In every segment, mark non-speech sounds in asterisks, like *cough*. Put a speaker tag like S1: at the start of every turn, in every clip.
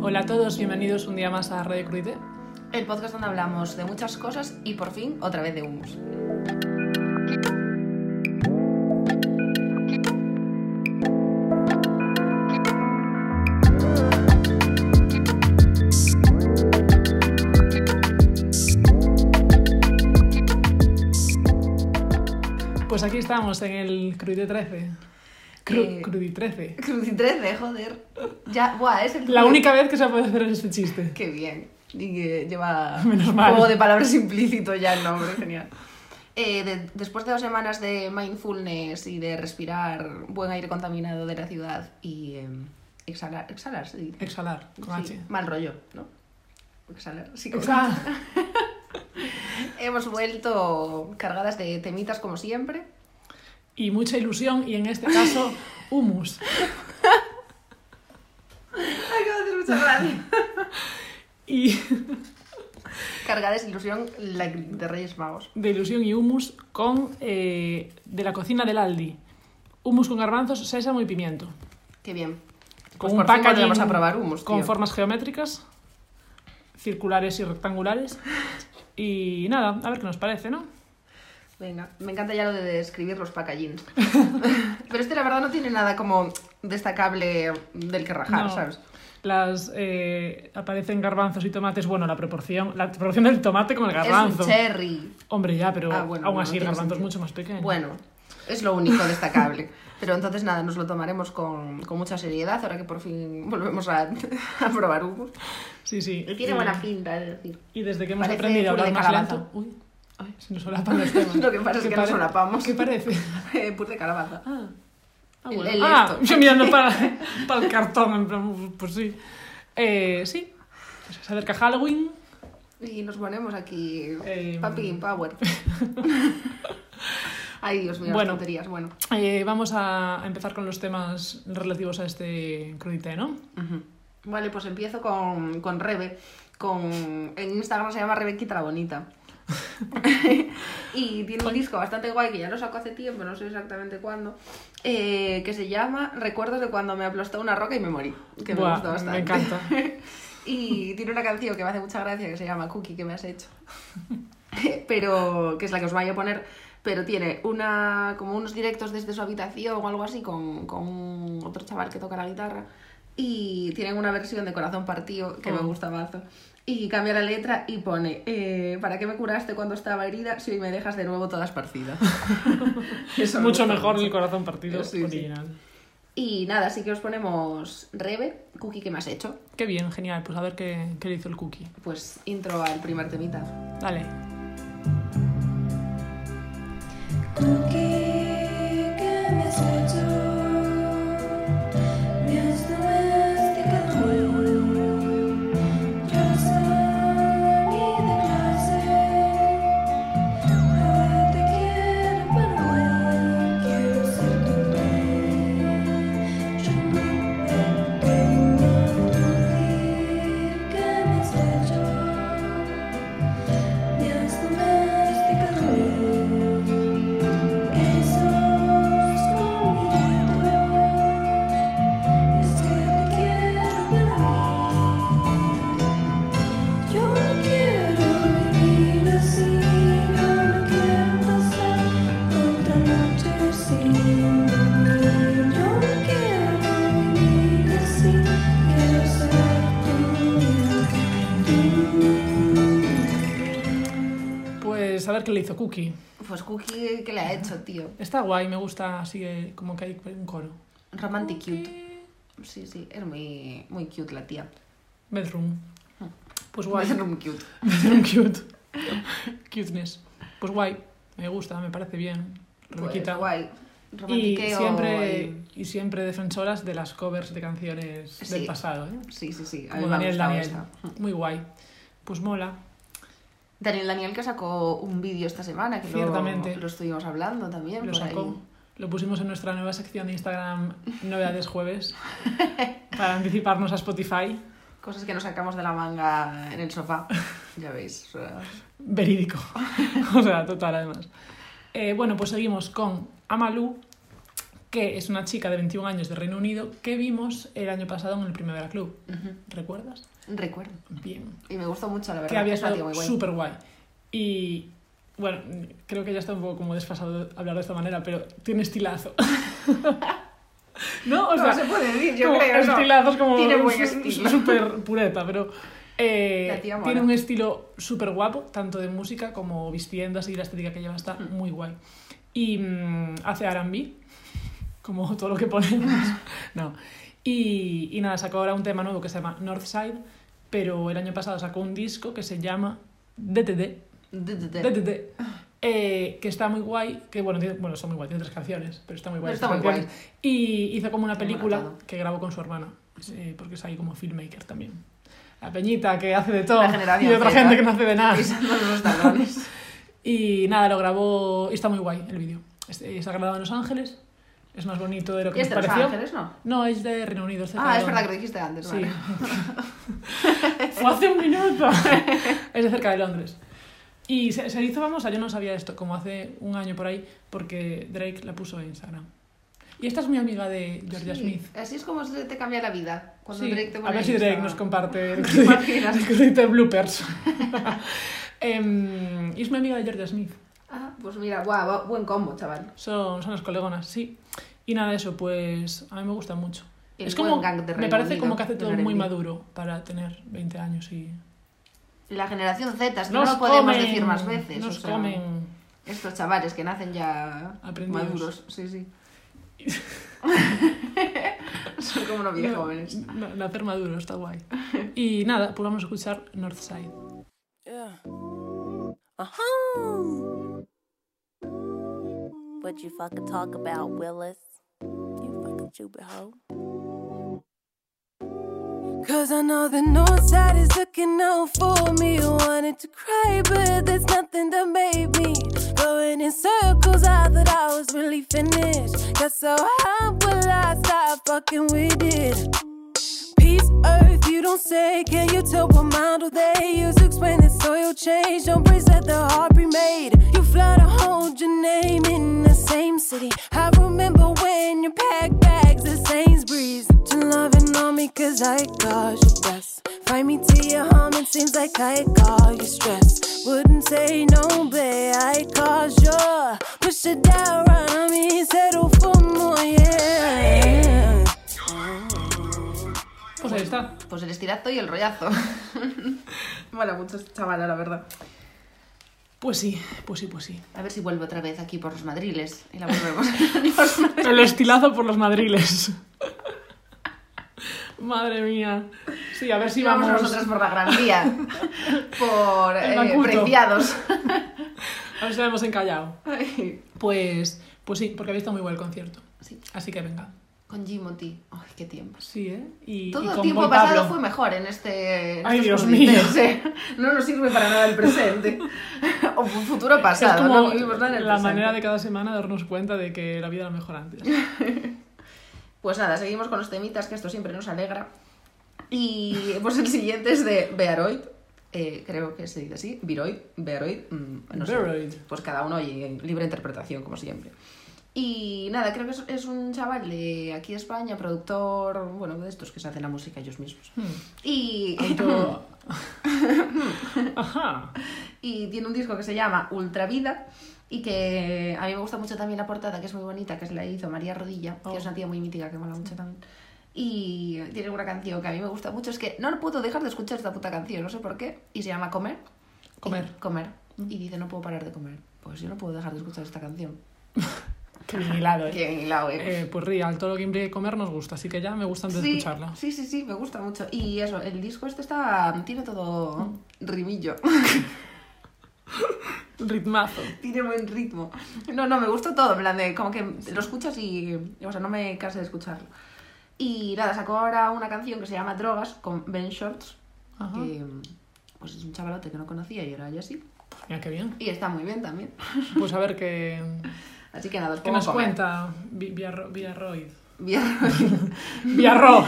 S1: Hola a todos, bienvenidos un día más a Radio Cruite.
S2: El podcast donde hablamos de muchas cosas y por fin otra vez de *laughs* humus.
S1: Pues aquí estamos en el Cruite 13. Cru
S2: Eh,
S1: Crudi 13.
S2: Cruci 13, joder. Ya, buah, es el
S1: La única vez que se puede hacer es este chiste.
S2: Qué bien. Y que lleva
S1: Menos mal.
S2: juego de palabras implícito ya el nombre, genial. Eh, de- después de dos semanas de mindfulness y de respirar buen aire contaminado de la ciudad y eh, exhalar, exhalar, se dice.
S1: Exhalar, con
S2: Sí,
S1: H.
S2: mal rollo, ¿no? Exhalar, sí, con
S1: Exhalar.
S2: *laughs* Hemos vuelto cargadas de temitas como siempre.
S1: Y mucha ilusión, y en este caso, humus.
S2: Acabo de hacer mucha gracia.
S1: Y
S2: Cargadas de ilusión la de Reyes Magos.
S1: de ilusión y humus con. eh, de la cocina del Aldi. Humus con garbanzos, sésamo y pimiento.
S2: Qué bien.
S1: Con
S2: Pues por fin
S1: packaging
S2: volvemos a probar hummus,
S1: Con
S2: tío.
S1: formas geométricas, circulares y rectangulares. Y nada, a ver qué nos parece, ¿no?
S2: Venga, me encanta ya lo de describir
S1: *laughs*
S2: los packagings. Pero este, la verdad, no tiene nada como destacable del que rajar,
S1: No.
S2: ¿sabes?
S1: Las eh, aparecen garbanzos y tomates. Bueno, la proporción, la proporción del tomate con el garbanzo.
S2: Es un cherry.
S1: Hombre, ya, pero
S2: Ah, bueno,
S1: aún
S2: no,
S1: así el
S2: tiene
S1: garbanzo es
S2: sentido.
S1: mucho más pequeño.
S2: Bueno, es lo único destacable. Pero entonces, nada, nos lo tomaremos con, con mucha seriedad, ahora que por fin volvemos a, *laughs* a probar hummus.
S1: sí, sí.
S2: Y tiene buena pinta, es *laughs* decir.
S1: Y desde que hemos
S2: Parece
S1: aprendido a hablar
S2: puré de
S1: más
S2: calabaza.
S1: lento. Uy, ay, se nos
S2: *laughs*
S1: solapan los temas.
S2: Lo que pasa es
S1: ¿Qué
S2: que nos
S1: pare-
S2: solapamos.
S1: ¿Qué
S2: *laughs*
S1: parece?
S2: Eh, Pur de calabaza.
S1: Ah, ah,
S2: El-
S1: bueno.
S2: el
S1: Ah,
S2: esto.
S1: yo
S2: *laughs*
S1: mirando para, para el cartón, en plan, uf, pues sí. Eh, sí, se acerca Halloween.
S2: Y nos ponemos aquí.
S1: Eh, *laughs*
S2: Papi, power. Ay, Dios mío,
S1: Bueno.
S2: las tonterías. Bueno.
S1: Eh, vamos a empezar con los temas relativos a este crudité, ¿no?
S2: Ujú. Vale, pues empiezo con, con Rebe. Con, en Instagram se llama Rebequita
S1: *laughs*
S2: la Bonita. y tiene un disco bastante guay que ya lo sacó hace tiempo, no sé exactamente cuándo, eh, que se llama Recuerdos de cuando me aplastó una roca y me morí. Que me
S1: Buah,
S2: gusta bastante.
S1: encanta.
S2: *laughs* y tiene una canción que me hace mucha gracia que se llama Cookie que me has hecho. *laughs* pero que es la que os voy a poner, pero tiene una como unos directos desde su habitación o algo así con, con un otro chaval que toca la guitarra y tienen una versión de Corazón Partido que me
S1: Oh.
S2: gusta mazo y cambia la letra y pone eh, ¿para qué me curaste cuando estaba herida si hoy me dejas de nuevo
S1: *laughs*
S2: toda esparcida?
S1: Es
S2: Eso me
S1: mucho
S2: gusta
S1: mejor el
S2: mucho.
S1: corazón partido
S2: Sí, sí.
S1: original.
S2: Y nada, así que os ponemos Rebe, Cookie que me has hecho,
S1: Qué bien, genial. Pues a ver qué, qué le hizo el cookie.
S2: pues intro al primer temita.
S1: Dale.
S3: Cookie, que me has hecho, me has domesticado. Yo salí de clase, ahora te quiero para mí. Quiero ser tu rey, yo no me tengo. Cookie, que me has hecho, me has domesticado. Esos comiditos, es que te quiero para mí. Yo no quiero vivir así, yo no quiero pasar otra noche sin ti. Yo no quiero vivir así, quiero ser tuya,
S1: Pues a ver qué le hizo Cookie.
S2: Pues Cookie, ¿qué le ha hecho, tío?
S1: Está guay, me gusta así eh, como que hay un coro.
S2: Romantic cute. Sí, sí, es muy, muy cute la tía.
S1: Bedroom.
S2: Ah.
S1: Pues
S2: *laughs*
S1: guay.
S2: Es muy cute.
S1: *laughs* Bedroom cute. Cuteness. Pues guay. Me gusta, me parece bien. Rebequita.
S2: Pues, guay.
S1: Y
S2: Romantiqueo.
S1: siempre,
S2: eh,
S1: y siempre defensoras de las covers de canciones del
S2: Sí. Ah.
S1: pasado, ¿eh?
S2: Sí, sí, sí. A mí
S1: Como
S2: me ha
S1: Daniel
S2: gustado
S1: Daniel.
S2: esta.
S1: Muy guay. Pues mola.
S2: Daniel Daniel que sacó un vídeo esta semana, que lo-
S1: Ciertamente.
S2: Lo, estuvimos hablando también.
S1: Lo
S2: por
S1: sacó.
S2: ahí.
S1: Lo pusimos en nuestra nueva sección de Instagram Novedades Jueves para anticiparnos a Spotify.
S2: Cosas que nos sacamos de la manga en el
S1: *laughs*
S2: sofá. Ya veis. eh,
S1: Verídico. *laughs* O sea, total, además. Eh, bueno, pues seguimos con Amalu, que es una chica de 21 años de Reino Unido que vimos el año pasado en el Primavera Club. ¿Recuerdas?
S2: Recuerdo.
S1: Bien.
S2: Y me gustó mucho, la verdad.
S1: que había
S2: Es una tía
S1: estado
S2: muy guay.
S1: súper guay. Y bueno, creo que ya está un poco como desfasado hablar de esta manera, pero tiene estilazo. *laughs* no, o
S2: No
S1: sea,
S2: se puede decir, yo
S1: como
S2: creo, no.
S1: estilazo es como
S2: Tiene buen
S1: su-
S2: estilo.
S1: súper pureta, pero eh,
S2: La tía mola.
S1: tiene un estilo súper guapo, tanto de música como vistiendo, así la estética que lleva está
S2: Mm.
S1: muy guay. Y mm, hace R&B, como todo lo que
S2: *laughs*
S1: ponemos. no. Y, y nada, sacó ahora un tema nuevo que se llama Northside, pero el año pasado sacó un disco que se llama DTD,
S2: De- de- de-
S1: DTD, eh, que está muy guay, que bueno, tiene- bueno, son muy guay, tiene tres canciones, pero está muy guay.
S2: Está
S1: estas
S2: muy guay.
S1: canciones. Y hizo como una
S2: Muy
S1: película
S2: baratado.
S1: que grabó con su hermana, eh, porque es ahí como filmmaker también. La peñita que hace de todo
S2: La generación
S1: y otra
S2: Z.
S1: gente que no hace de nada.
S2: Pisando los talones.
S1: Y nada, lo grabó y está muy guay el vídeo. Este- Está grabado en Los Ángeles, es más bonito de *laughs* lo que
S2: ¿Y es
S1: nos
S2: de Los
S1: pareció.
S2: Ángeles, no?
S1: No, es de Reino Unido. cerca
S2: Ah,
S1: de
S2: es verdad que lo
S1: Londres.
S2: dijiste antes,
S1: Sí.
S2: vale. *laughs*
S1: Fue hace un minuto. *laughs* es de cerca de Londres. Y se, se hizo famosa, yo no sabía esto, como hace un año por ahí, porque Drake la puso en Instagram. Y esta es muy amiga de Georgia
S2: Sí,
S1: Smith.
S2: Así es como se te cambia la vida. Cuando
S1: Sí,
S2: Drake te
S1: a
S2: pone
S1: ver si
S2: ahí,
S1: Drake
S2: está-
S1: nos
S2: *laughs*
S1: comparte el
S2: ¿Te imaginas?
S1: crédito de bloopers. *laughs* Em, y es muy amiga de Georgia Smith.
S2: Ah, pues mira, guau, guau, buen combo, chaval.
S1: Son, son las colegonas, sí. Y nada de eso, pues a mí me gusta mucho.
S2: El
S1: es como,
S2: buen gang de
S1: me
S2: Reino
S1: parece
S2: Unido,
S1: como que hace todo
S2: del
S1: muy
S2: R&B.
S1: maduro para tener 20 años y...
S2: La generación Z, es que
S1: Nos
S2: no lo podemos
S1: comen,
S2: decir más veces. o
S1: Nos
S2: sea,
S1: comen.
S2: Estos chavales que nacen ya
S1: Aprendidos.
S2: maduros. Sí, sí.
S1: *laughs*
S2: Son como unos viejos jóvenes.
S1: Na- Nacer maduro, está guay. Y nada, pues vamos a escuchar Northside.
S3: Yeah. Uh huh. What you fucking talk about, Willis? You fucking stupid hoe. Cause I know the north side is looking out for me. Wanted to cry, but there's nothing that made me. Going in circles, I thought I was really finished. Got so high, will I stop fucking with it? Peace, earth, you don't say. Can you tell what model they use? Explain the soil change. Don't praise that the heart remade. You fly to hold your name in the same city. I remember when you packed bags at Sainsbury's. You loving on me cause I caused you stress. Find me to your harm, it seems like I caused you stress. Wouldn't say no, but I caused you. Push it down on me, settle for more, yeah.
S1: Pues ahí está.
S2: Pues el estirazo y
S1: *laughs*
S2: el rollazo. Mola mucho
S1: este
S2: esta chavala, la verdad.
S1: Pues sí, pues sí, pues sí.
S2: A ver si vuelve otra vez aquí por los madriles y la volvemos. *laughs* Los madriles.
S1: El estilazo por los madriles. *laughs* Madre mía. Sí, a ver si
S2: vamos
S1: vamos.
S2: nosotros por la Gran Vía,
S1: *laughs*
S2: por
S1: El
S2: eh,
S1: Macuto. *laughs*
S2: preciados.
S1: A ver si la hemos encallado.
S2: Ay,
S1: Pues, pues sí, porque habéis estado muy guay el concierto.
S2: sí,
S1: Así que venga.
S2: con Jimothy. Ay, qué tiempos.
S1: Sí, ¿eh? Y, y
S2: Todo
S1: con
S2: el tiempo
S1: Boy
S2: pasado
S1: Pablo.
S2: fue mejor en este. en
S1: Ay, Dios
S2: estos
S1: mío.
S2: condites, ¿eh? No nos sirve para nada
S1: *laughs*
S2: el presente. o fu- futuro pasado.
S1: es como
S2: no vivimos nada en el
S1: la
S2: presente.
S1: manera de cada semana darnos cuenta de que la vida era mejor antes.
S2: Pues nada, seguimos con los temitas, que esto siempre nos alegra. Y pues el siguiente es de Bearoid. eh, creo que se dice así. Viroid, Bearoid. mm, no sé.
S1: Bearoid.
S2: Pues cada uno y en libre interpretación, como siempre. Y nada, creo que es, es un chaval de aquí de España, productor, bueno, de estos que se hacen la música ellos mismos.
S1: Hmm.
S2: Y,
S1: Yo- Ajá.
S2: *laughs* y tiene un disco que se llama Ultravida y que a mí me gusta mucho también la portada, que es muy bonita, que se la hizo María Rodilla,
S1: Oh.
S2: que es una tía muy mítica que mola mucho también. Y tiene una canción que a mí me gusta mucho, es que no puedo dejar de escuchar esta puta canción, no sé por qué, y se llama Comer.
S1: Comer. Mm.
S2: Y, comer. Y dice, no puedo parar de comer. Pues yo no puedo dejar de escuchar esta canción.
S1: Qué bien hilado, ¿eh?
S2: Qué bien hilado, eh.
S1: Eh, pues real, todo lo que implique comer nos gusta, así que ya me gusta antes de
S2: Sí,
S1: escucharla.
S2: sí, sí, sí, me gusta mucho. Y eso, el disco este está, tiene
S1: Mm.
S2: todo rimillo.
S1: Ritmazo.
S2: *laughs* Tiene buen ritmo. No, no, me gusta todo, en plan de como que lo escuchas y, o sea, no me cansé de escucharlo. Y nada, sacó ahora una canción que se llama Drogas con Ben Shorts,
S1: Ajá.
S2: que pues es un chavalote que no conocía y ahora ya sí.
S1: Pues mira, qué bien.
S2: Y está muy bien también.
S1: Pues a ver qué,
S2: Así que nada, os
S1: qué
S2: pongo
S1: nos
S2: comer.
S1: cuenta Vi- Villarro- Villarroid.
S2: *laughs* Villarroy,
S1: Villarro.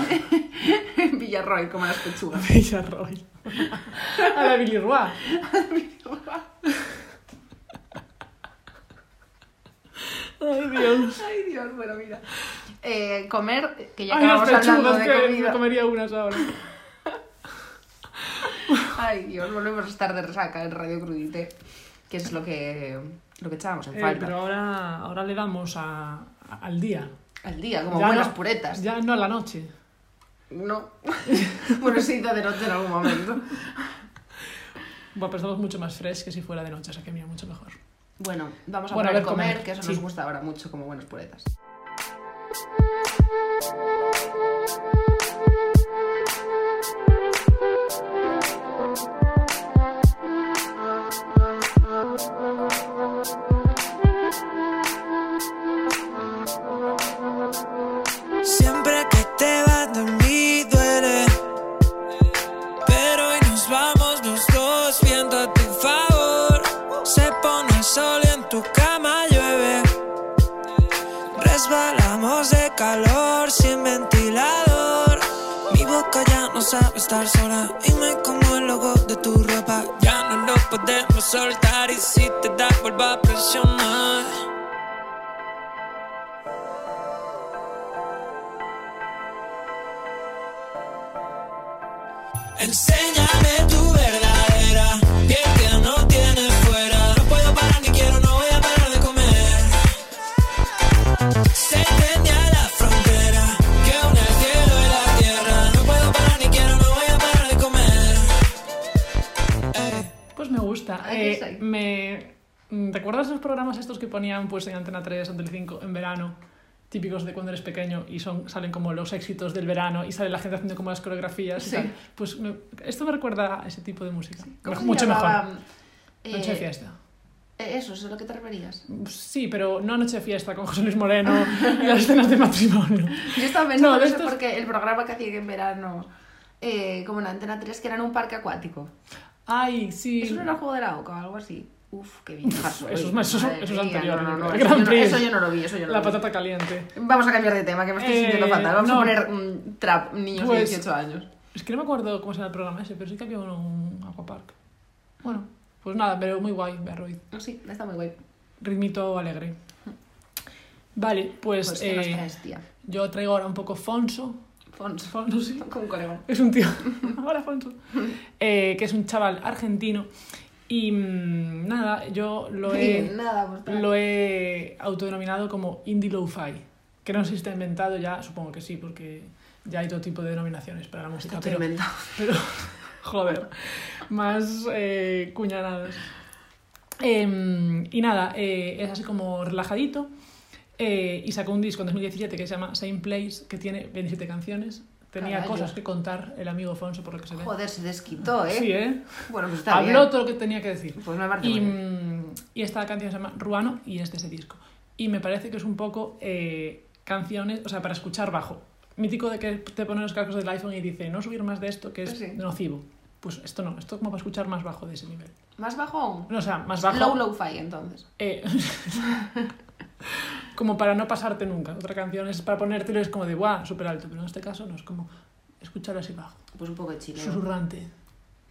S2: *laughs* Villarroy, como las
S1: *laughs*
S2: pechugas.
S1: Villarroid. A la Bilirroa. Ay, Dios.
S2: Ay, Dios, bueno, mira. Eh, comer, que ya
S1: Ay, las
S2: acabamos hablando
S1: pechugas
S2: de
S1: que me
S2: comida.
S1: comería unas ahora.
S2: Ay, Dios, volvemos a estar de resaca en Radio Crudité, que es lo que, lo que echábamos en
S1: Eh,
S2: falta.
S1: pero ahora, ahora le damos a- a- al día.
S2: Al día, como
S1: Ya
S2: buenas
S1: no-
S2: puretas.
S1: Ya no a la noche.
S2: No. *laughs* bueno, sí, de noche en algún momento.
S1: Bueno, pero estamos mucho más fresh que si fuera de noche, o sea que mira, mucho mejor.
S2: Bueno, vamos a
S1: Bueno, a
S2: poner
S1: ver,
S2: comer,
S1: comer,
S2: que eso
S1: sí.
S2: nos gusta ahora mucho como buenas puretas.
S4: Siempre que te vas de mí duele. Pero hoy nos vamos los dos viendo a tu favor. Se pone el sol y en tu cama llueve. Resbalamos de calor sin ventilador. Mi boca ya no sabe estar sola. Y me como el logo de tu ropa. Ya no lo podemos soltar. Y si te da, vuelvo a presionar. Enséñame tu verdadera piel que no tiene fuera. No puedo parar ni quiero, no voy a parar de comer. Se a la frontera que une el cielo y la tierra. No puedo parar ni quiero, no voy a parar de comer. Ey.
S1: Pues me gusta.
S2: Ay,
S1: Eh,
S2: qué soy.
S1: me... mm, ¿Te acuerdas los programas estos que ponían pues en Antena 3 o en Telecinco en verano? Típicos de cuando eres pequeño y son, salen como los éxitos del verano y sale la gente haciendo como las coreografías y
S2: Sí.
S1: tal. Pues me- esto me recuerda a ese tipo de música.
S2: ¿Cómo se
S1: mucho
S2: llamaba,
S1: mejor.
S2: eh,
S1: Noche de fiesta. Mm.
S2: eh, Eso, eso es a lo que te referías.
S1: Sí, pero no Noche de fiesta con José Luis Moreno y las escenas de
S2: *laughs*
S1: matrimonio.
S2: Yo estaba pensando
S1: No, de
S2: eso
S1: estos-
S2: porque el programa que hacía en verano, eh, como en Antena 3, que era en un parque acuático.
S1: Ay, sí.
S2: Eso no era juego de la Oca o algo así. Uf, qué vieja soy.
S1: eso es más- eso es-
S2: Madre
S1: eso es
S2: mía,
S1: anterior,
S2: no, no, no,
S1: el
S2: eso,
S1: Grand
S2: yo no,
S1: Prix.
S2: eso yo no lo vi, eso yo no
S1: La
S2: lo vi.
S1: patata caliente.
S2: Vamos a cambiar de tema, que me estoy
S1: Eh,
S2: sintiendo fatal. Vamos a
S1: no.
S2: poner un trap niños
S1: Pues-
S2: de 18 años.
S1: Es que no me acuerdo cómo se llama el programa ese, pero sí que había uno, un aquapark. Bueno, pues nada, pero muy guay, Bea Ruiz.
S2: Sí, está muy guay.
S1: Ritmito alegre. Vale, pues,
S2: Pues, ¿qué nos
S1: eh,
S2: traes, tía?
S1: yo traigo ahora un poco Fonso.
S2: Fons.
S1: Fonso, sí. *laughs*
S2: Como un colega.
S1: Es un tío. *laughs* Hola,
S2: *laughs*
S1: Fonso. Eh, que es un chaval argentino. Y mm, nada, yo lo
S2: Sí,
S1: he,
S2: nada, pues tal.
S1: lo he autodenominado como indie lo-fi. Que no sé si está inventado ya, supongo que sí, porque ya hay todo tipo de denominaciones para la música.
S2: Está
S1: pero-
S2: tremendo.
S1: pero *laughs* joder, más eh, cuñanadas. Em, y nada, eh, es así como relajadito. eh, y sacó un disco en 2017 que se llama Same Place, que tiene 27 canciones. Tenía
S2: Caballo.
S1: cosas que contar el amigo Fonso, por lo que se ve.
S2: Joder, se desquitó, ¿eh?
S1: Sí, ¿eh?
S2: Bueno, pues está
S1: Habló
S2: bien.
S1: todo lo que tenía que decir.
S2: Pues me parece
S1: Y,
S2: muy bien.
S1: mm, y esta canción se llama Ruano y es de ese disco. Y me parece que es un poco eh, canciones, o sea, para escuchar bajo. Mítico de que te ponen los cascos del iPhone y dice, no subir más de esto, que es
S2: Ah, Sí.
S1: nocivo. Pues esto no, esto como para escuchar más bajo de ese nivel.
S2: ¿Más bajo aún?
S1: No, o sea, más bajo.
S2: Low, low fi, entonces.
S1: eh, *laughs* como para no pasarte nunca. Otra canción es para ponértelo, es como de, guau, súper alto. Pero en este caso no, es como escuchar así bajo.
S2: Pues un poco de chile. ¿no?
S1: Susurrante.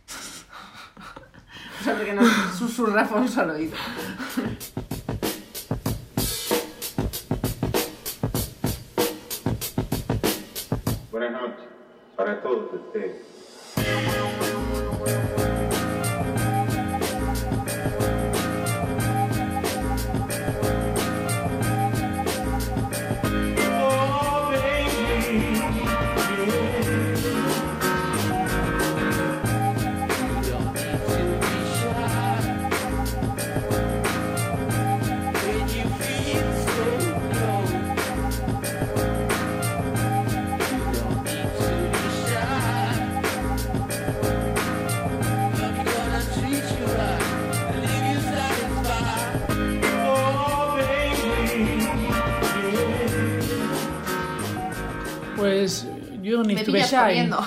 S2: *laughs* O sea, porque nos susurra Fonso al oído.
S5: Buenas noches para todos ustedes.
S1: Pues yo ni
S2: Me
S1: estuve
S2: pillas
S1: shy. *laughs*
S2: comiendo.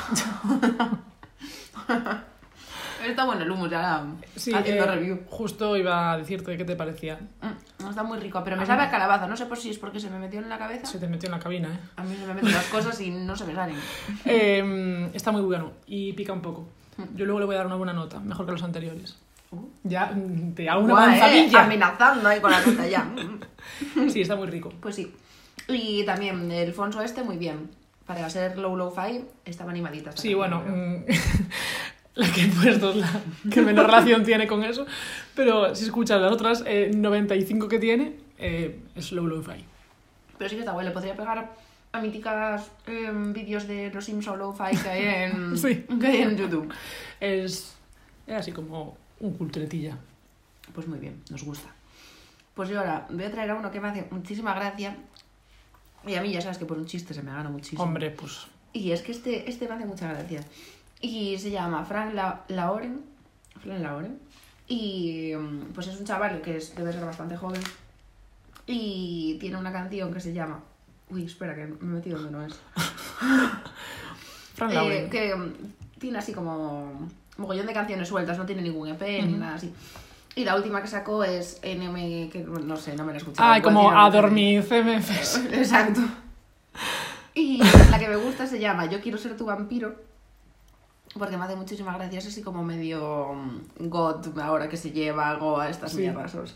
S2: está bueno el humo, ya
S1: Sí,
S2: haciendo
S1: eh,
S2: review.
S1: justo iba a decirte qué te parecía.
S2: Mm, está muy rico, pero me sabe a calabaza. No sé por si es porque se me metió en la cabeza.
S1: Se te metió en la cabina, ¿eh?
S2: A mí se me meten las cosas y no se me salen.
S1: Em,
S2: Mm.
S1: Eh, está muy bueno y pica un poco. Yo luego le voy a dar una buena nota, mejor que los anteriores. Ya mm, te hago una
S2: Oh. Guau, eh,
S1: manzanilla.
S2: Amenazando ahí con la ruta
S1: *laughs*
S2: ya.
S1: Sí, está muy rico.
S2: Pues sí. Y también el Fonso este, muy bien. Para ser low low fi estaba animadita. esta
S1: Sí,
S2: canción,
S1: bueno,
S2: creo.
S1: mm, *laughs* la que he puesto es la que
S2: *laughs*
S1: menos relación tiene con eso, pero si escuchas las otras eh, 95 que tiene, eh, es low low fi.
S2: Pero sí que está guay, le podría pegar a míticas eh, vídeos de los Sims o low fi que hay
S1: *laughs*
S2: en,
S1: Sí.
S2: que hay en YouTube.
S1: Es, es así como un culturetilla.
S2: Pues muy bien, nos gusta. Pues yo ahora voy a traer a uno que me hace muchísima gracia. Y a mí ya sabes que por un chiste se me gana muchísimo.
S1: Hombre, pues
S2: Y es que este, este me hace mucha gracia. Y se llama Frank La Lauren. Frank Lauren. Y mm, pues es un chaval que es- debe ser bastante joven. Y tiene una canción que se llama... Uy, espera, que me he metido donde no es.
S1: Fran
S2: Eh,
S1: Lauren.
S2: que mm, tiene así como mogollón de canciones sueltas, no tiene ningún EP ni nada así. Y la última que sacó es NM, que no sé, no me la he escuchado.
S1: Ay,
S2: Igual
S1: Ah, como
S2: tiene
S1: a
S2: algo que-
S1: dormir CMFs.
S2: *laughs* Exacto. Y la que me gusta se llama Yo quiero ser tu vampiro. Porque me hace muchísimas gracias, así como medio mm, God ahora que se lleva algo a estas
S1: Sí.
S2: mierdas. os-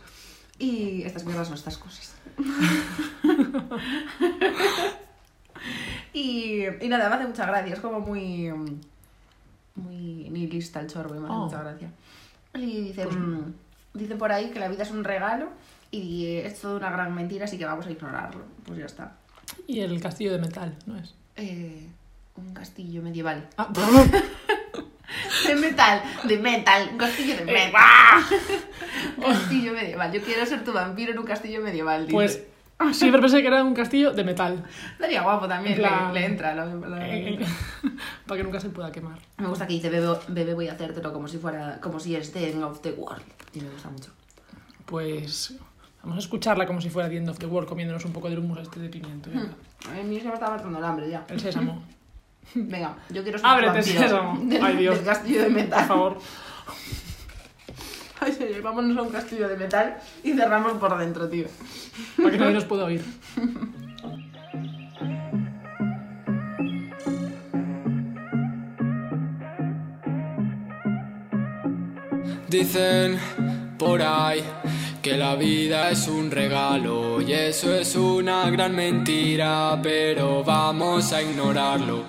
S2: Y estas mierdas son estas cosas. y, y nada, me hace mucha gracia. Es como muy. mm, Muy nihilista el chorbo y me hace
S1: Oh. Pues
S2: mucha gracia. Y dice, mm, dice por ahí que la vida es un regalo y eh, es toda una gran mentira, así que vamos a ignorarlo. Pues ya está.
S1: Y el castillo de metal, ¿no es?
S2: Eh, un castillo medieval.
S1: Ah, *laughs*
S2: De metal, de metal, un castillo
S1: Eh,
S2: de metal. *laughs* un castillo medieval. Yo quiero ser tu vampiro en un castillo medieval. dice.
S1: pues siempre pensé que era un castillo de metal,
S2: Estaría guapo también,
S1: En plan-
S2: le, le entra. la- la- la-
S1: eh, *laughs* para que nunca se pueda quemar.
S2: Me gusta que dice, bebé, bebé voy a hacértelo como si fuera, como si es The End of the World. Y me gusta mucho.
S1: Pues vamos a escucharla como si fuera The End of the World, comiéndonos un poco del humus este de pimiento. venga.
S2: A mí se me está matando el hambre ya.
S1: El sésamo,
S2: Venga, yo quiero ser
S1: Ábrete,
S2: tu
S1: sésamo.
S2: vampiro. del-
S1: Ay, Dios.
S2: Del castillo de
S1: por
S2: metal.
S1: favor.
S2: Ay, señor, vámonos a un castillo de metal y cerramos por dentro, tío.
S1: Para que nadie nos pueda
S2: *laughs*
S1: oír.
S6: Dicen por ahí que la vida es un regalo y eso es una gran mentira, pero vamos a ignorarlo.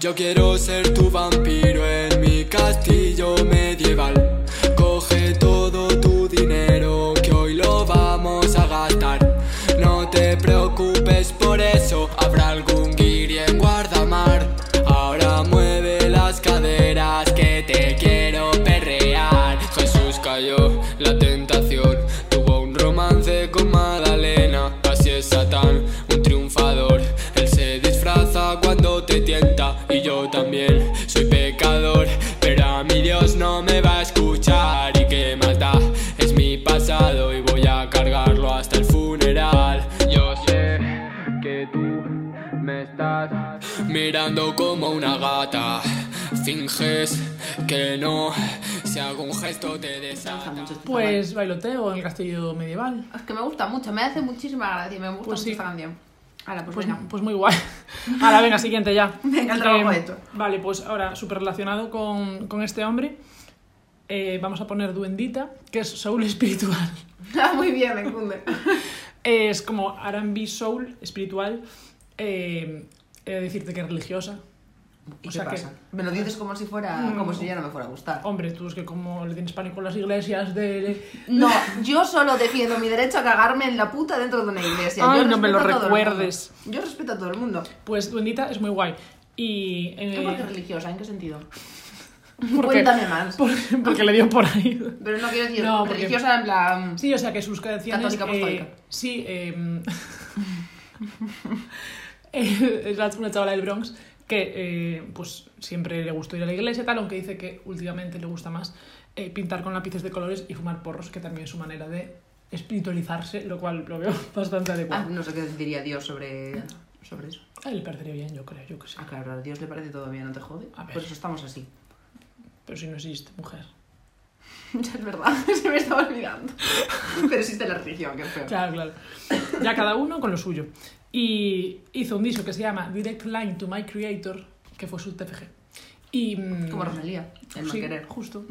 S6: Yo quiero ser tu vampiro en mi castillo medieval. Coge todo tu dinero que hoy lo vamos a gastar. No te preocupes por eso, habrá algún guiri en guardamar. Ahora mueve las caderas que te quiero perrear. Jesús cayó, la tentación. Tuvo un romance con Madalena. Así es Satán, un triunfador. Él se disfraza cuando te tienta. Y yo también soy pecador. Pero a mi Dios no me va a escuchar. Y qué más da, es mi pasado. Y voy a cargarlo hasta el funeral. Yo sé que tú me estás mirando como una gata. Finges que no, si algún gesto te
S2: Me gusta
S6: desata.
S2: mucho este
S1: Pues bailoteo en el castillo medieval.
S2: Es que me gusta mucho, me hace muchísima gracia y me gusta
S1: Pues
S2: mucho
S1: sí.
S2: esta canción. Ahora, pues,
S1: Pues,
S2: venga.
S1: pues muy guay. *laughs* Ahora, venga, siguiente ya.
S2: Venga, el trabajo
S1: Eh,
S2: hecho.
S1: Vale, pues ahora, súper relacionado con, con este hombre, eh, vamos a poner Duendita, que es soul espiritual.
S2: *laughs* Ah, muy bien, me *laughs* cunde.
S1: Es como R&B soul espiritual. eh, he de decirte que es religiosa.
S2: ¿Y
S1: O
S2: qué
S1: sea que- Oh.
S2: pasa? Me lo dices como si fuera, como si ya no me fuera a gustar.
S1: Hombre, tú es que como le tienes pánico a las iglesias de... *laughs*
S2: No, yo solo defiendo mi derecho a cagarme en la puta dentro de una iglesia.
S1: Ay,
S2: Yo
S1: no me
S2: respeto
S1: lo
S2: a todo el
S1: recuerdes.
S2: mundo. Yo respeto a todo el mundo.
S1: Pues Duendita es muy guay. Y... eh,
S2: ¿Qué por qué religiosa? ¿En qué sentido?
S1: porque-
S2: Cuéntame más.
S1: por- porque le dio por ahí.
S2: Pero no quiero decir
S1: No, porque-
S2: religiosa en plan...
S1: Sí, o sea que sus canciones...
S2: Católica apostólica.
S1: eh, sí, eh, *laughs* eh, es la- una chavala del Bronx que eh, pues siempre le gustó ir a la iglesia y tal, aunque dice que últimamente le gusta más eh, pintar con lápices de colores y fumar porros, que también es su manera de espiritualizarse, lo cual lo veo *laughs* bastante
S2: Ah,
S1: adecuado.
S2: no sé qué diría Dios sobre, sobre eso.
S1: A él le parecería bien, yo creo, yo que sé.
S2: Ah, claro, a Dios le parece todo bien, no te jode.
S1: A ver.
S2: Por eso estamos así.
S1: Pero si no existe, mujer.
S2: *laughs* Ya es verdad, *laughs* se me estaba olvidando. Pero existe la religión, qué feo.
S1: Claro, claro. Ya cada uno con lo suyo. Y hizo un disco que se llama Direct Line to My Creator, que fue su TFG. Y, mm,
S2: Como Rosalía, el Mm. no
S1: sí,
S2: querer.
S1: Justo.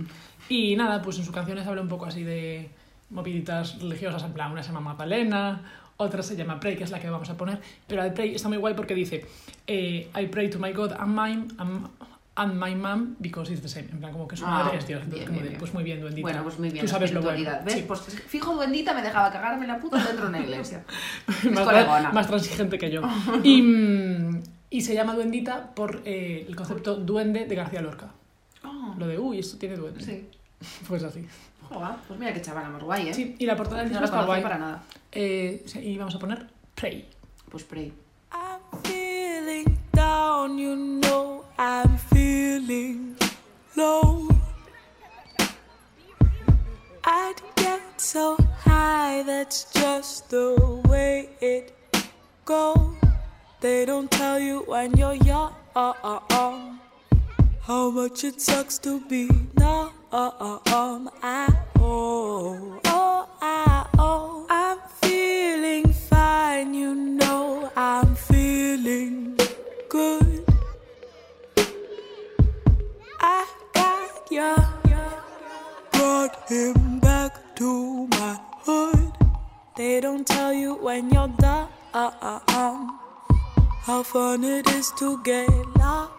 S1: Y nada, pues en sus canciones habla un poco así de moviditas religiosas, en plan, una se llama Magdalena, otra se llama Pray, que es la que vamos a poner, pero la de Pray está muy guay porque dice eh, I pray to my God and mine, and, and my mom because it's the same, en plan, como que su
S2: Ah,
S1: madre es Dios, entonces
S2: bien,
S1: como
S2: bien,
S1: de,
S2: bien.
S1: pues muy bien, duendita.
S2: Bueno, pues muy bien.
S1: Tú
S2: la
S1: sabes lo bueno.
S2: espiritualidad, ¿Ves?
S1: Sí. *laughs*
S2: Pues fijo, duendita me dejaba cagarme la puta dentro de una iglesia. es
S1: más,
S2: colegona.
S1: más transigente
S2: *laughs*
S1: que yo. Y, mm, y se llama Duendita por eh, el concepto duende de García Lorca.
S2: Ah,
S1: Lo de, uy, esto tiene duende.
S2: sí.
S1: Pues así.
S2: Joder, pues mira qué chavala más guay, ¿eh?
S1: Sí, y la portada del disco
S2: no la
S1: está
S2: conocía
S1: guay.
S2: para nada.
S1: Eh, sí, y vamos a poner Pray.
S2: Pues Prey.
S3: I'm feeling down, you know I'm feeling low. I'd get so high, that's just the way it goes. They don't tell you when you're young how much it sucks to be numb. I oh oh I oh I'm feeling fine, you know I'm feeling good. I got ya, brought him back to my hood. They don't tell you when you're done um. how fun it is to get lost.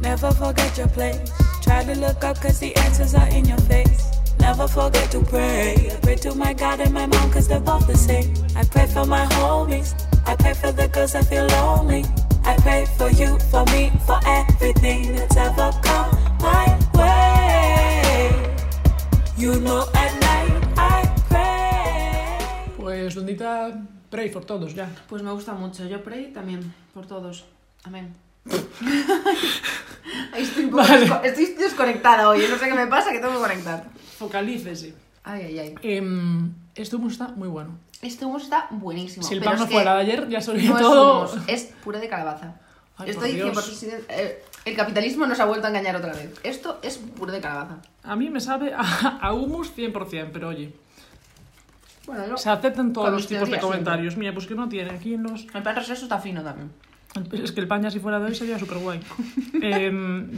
S3: Never forget your place. Try to look up cause the answers are in your face. Never forget to pray. I pray to my God and my mom cause they're both the same. I pray for my homies. I pray for the girls that feel lonely. I pray for you, for me, for everything that's ever come my way. You know at night I pray.
S1: Pues Duendita, Pray for todos, ya.
S2: Pues me gusta mucho. Yo Prey también, por todos. *laughs* Amén. Ay, estoy, un poco
S1: Vale.
S2: desco- estoy desconectada hoy. ¿eh? No sé qué me pasa, que tengo que conectar.
S1: Focalícese.
S2: Ay, ay, ay.
S1: Em, este humo está muy bueno.
S2: Este humo está buenísimo.
S1: Si el
S2: pero
S1: pan
S2: es
S1: no
S2: que
S1: fuera de ayer, ya sería
S2: no es
S1: todo.
S2: humos, es puré de calabaza.
S1: Ay,
S2: Estoy
S1: por Dios.
S2: 100% sin- eh, el capitalismo nos ha vuelto a engañar otra vez. Esto es puré de calabaza.
S1: A mí me sabe a, a humus 100%, pero oye,
S2: Bueno, yo...
S1: se aceptan todos
S2: Con
S1: los
S2: mis
S1: tipos de
S2: teorías,
S1: comentarios. Mira, pues que no tiene aquí en los...
S2: el pan eso está fino también.
S1: Es que el pan ya si fuera de hoy sería súper
S2: *laughs*
S1: guay.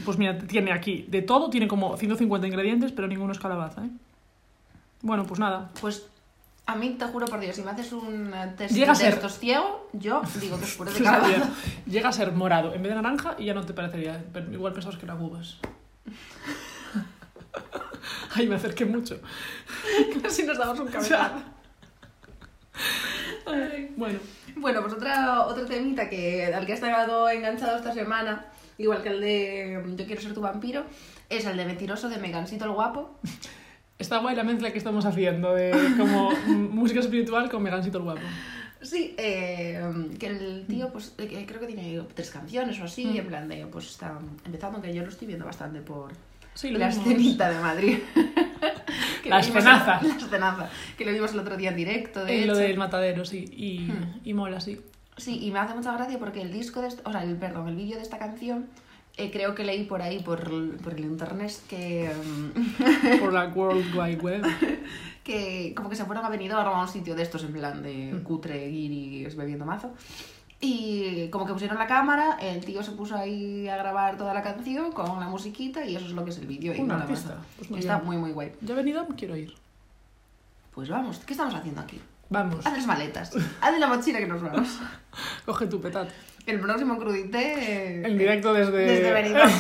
S1: pues mira, tiene aquí de todo, tiene como 150 ingredientes, pero ninguno es calabaza, ¿eh? Bueno, pues nada.
S2: Pues a mí, te juro por Dios, si me haces un eh, test
S1: Llega a
S2: de
S1: ser.
S2: estos ciego, yo digo que es *laughs* puré de
S1: Pues
S2: calabaza.
S1: mira, Llega a ser morado en vez de naranja y ya no te parecería. pero Igual pensabas que era
S2: *laughs*
S1: uvas. Ay, me acerqué mucho.
S2: *laughs* Casi nos damos un cabezazo.
S1: Bueno,
S2: Bueno, pues otra, otro temita que, al que ha estado enganchado esta semana, igual que el de mm, Yo quiero ser tu vampiro, es el de Mentiroso de Megansito el Guapo.
S1: está guay la mezcla que estamos haciendo de como *laughs* mm, música espiritual con Megansito el guapo.
S2: Sí, eh, que el tío, pues eh, que creo que tiene tres canciones o así, en plan de, pues está empezando, que yo lo estoy viendo bastante por
S1: Sí, lo
S2: la
S1: mismo.
S2: escenita de Madrid. *laughs* Que
S1: La
S2: lo vimos-
S1: escenaza.
S2: *laughs* La escenaza, que lo vimos el otro día en directo, de
S1: Y Eh, lo
S2: hecho. Hmm.
S1: del matadero, sí. Y, y mola, sí.
S2: Sí, y me hace mucha gracia porque el disco de... est- O sea, el, perdón, el vídeo de esta canción... eh, creo que leí por ahí, por, el- por el internet, que, mm, *laughs*
S1: Por la World Wide Web.
S2: que como que se fueron a Benidorm o a un sitio de estos en plan
S1: Mm.
S2: de cutre, guiris, bebiendo mazo. Y como que pusieron la cámara, el tío se puso ahí a grabar toda la canción con la musiquita y eso es lo que es el vídeo. y
S1: Un
S2: nada más.
S1: artista, pues muy
S2: Está
S1: bien.
S2: muy, muy guay.
S1: Yo he venido, quiero ir.
S2: Pues vamos, ¿qué estamos haciendo aquí?
S1: Vamos,
S2: Haz las maletas, haz la mochila que nos vamos.
S1: coge tu petate.
S2: El próximo crudité... eh,
S1: En directo desde...
S2: Desde
S1: *laughs*
S2: Benidorm.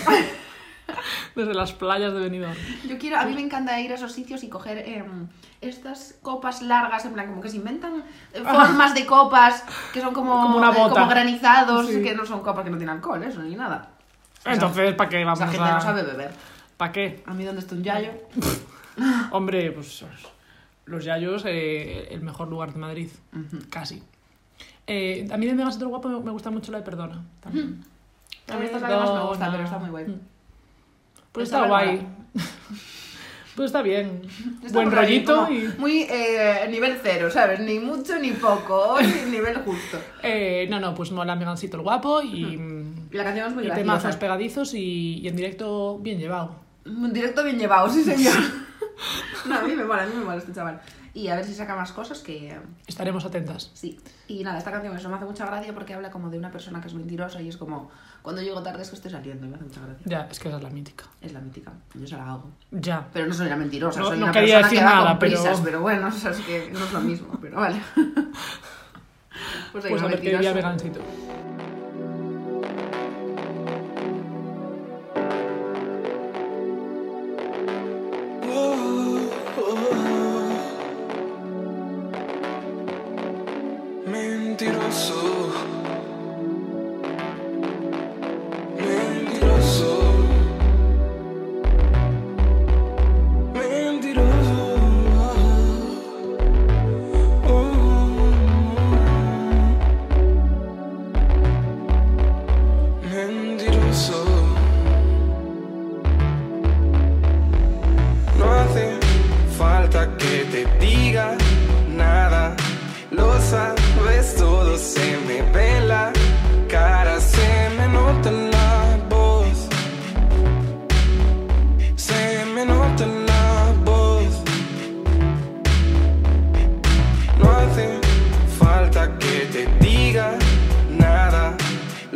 S1: desde las playas de Benidorm.
S2: Yo quiero, a mí me encanta ir a esos sitios y coger em, estas copas largas, en plan, como que se inventan eh, formas de copas que son como,
S1: Como una
S2: eh,
S1: bota.
S2: como granizados,
S1: Sí.
S2: que no son copas que no tienen alcohol, eso ni nada.
S1: Entonces, ¿para qué vamos
S2: Esa gente
S1: a...?
S2: no sabe beber.
S1: ¿Para qué?
S2: A mí, donde está un yayo?
S1: Hombre, pues los Yayos, eh, el mejor lugar de Madrid, casi. Eh, a mí de Megas Otro Guapo me gusta mucho la de Perdona. También.
S2: A mí estas largas me gusta,
S1: Perdona.
S2: pero está muy guay.
S1: Pues
S2: Está
S1: está guay.
S2: bárbara.
S1: *laughs* pues está bien.
S2: Está
S1: Buen
S2: muy rarito,
S1: rollito
S2: ¿no?
S1: y...
S2: Muy eh, nivel cero, ¿sabes? Ni mucho ni poco, *laughs* hoy nivel justo.
S1: Eh, no, no, pues mola Megancito el guapo y... mm,
S2: La canción es muy
S1: y temazos
S2: graciosa.
S1: pegadizos y, y en directo bien llevado.
S2: Un directo bien llevado, sí señor. *laughs* No, a mí me mola, a mí me mola este chaval. Y a ver si saca más cosas que... eh,
S1: Estaremos atentas.
S2: Sí. Y nada, esta canción eso me hace mucha gracia porque habla como de una persona que es mentirosa y es como, cuando llego tarde es que estoy saliendo, y me hace mucha gracia.
S1: Ya, es que esa es la mítica.
S2: Es la mítica, yo se la hago.
S1: Ya.
S2: Pero no soy una mentirosa,
S1: No-
S2: soy
S1: no
S2: una
S1: quería
S2: persona que
S1: decir
S2: va
S1: nada,
S2: con
S1: pero-
S2: prisas, pero bueno, o sea, es que no es lo mismo,
S1: *laughs*
S2: pero vale. soy
S1: Pues
S2: una
S1: a ver qué día
S2: mentirosa.
S1: vegancito.
S6: Mentiroso. Mentiroso. Mentiroso. Mentiroso. No hace falta que te diga nada. Lo sabes todo, se me ve la cara, se me nota en la voz. Se me nota en la voz. No hace falta que te diga nada.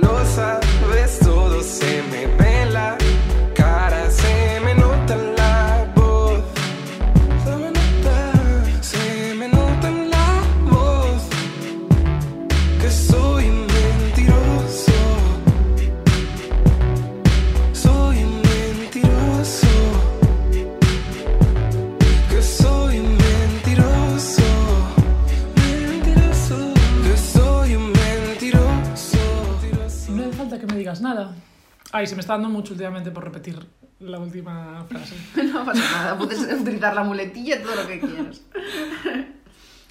S6: Lo sabes todo, se me ve la cara, se me nota en la voz. Se me nota, se me nota en la voz que soy mentiroso. Soy mentiroso. Que soy mentiroso. Mentiroso. Que soy un mentiroso.
S1: No hace falta que me digas nada. Ay, se me está dando mucho últimamente por repetir la última frase.
S2: *laughs* No pasa nada, puedes utilizar la muletilla todo lo que quieras. *laughs*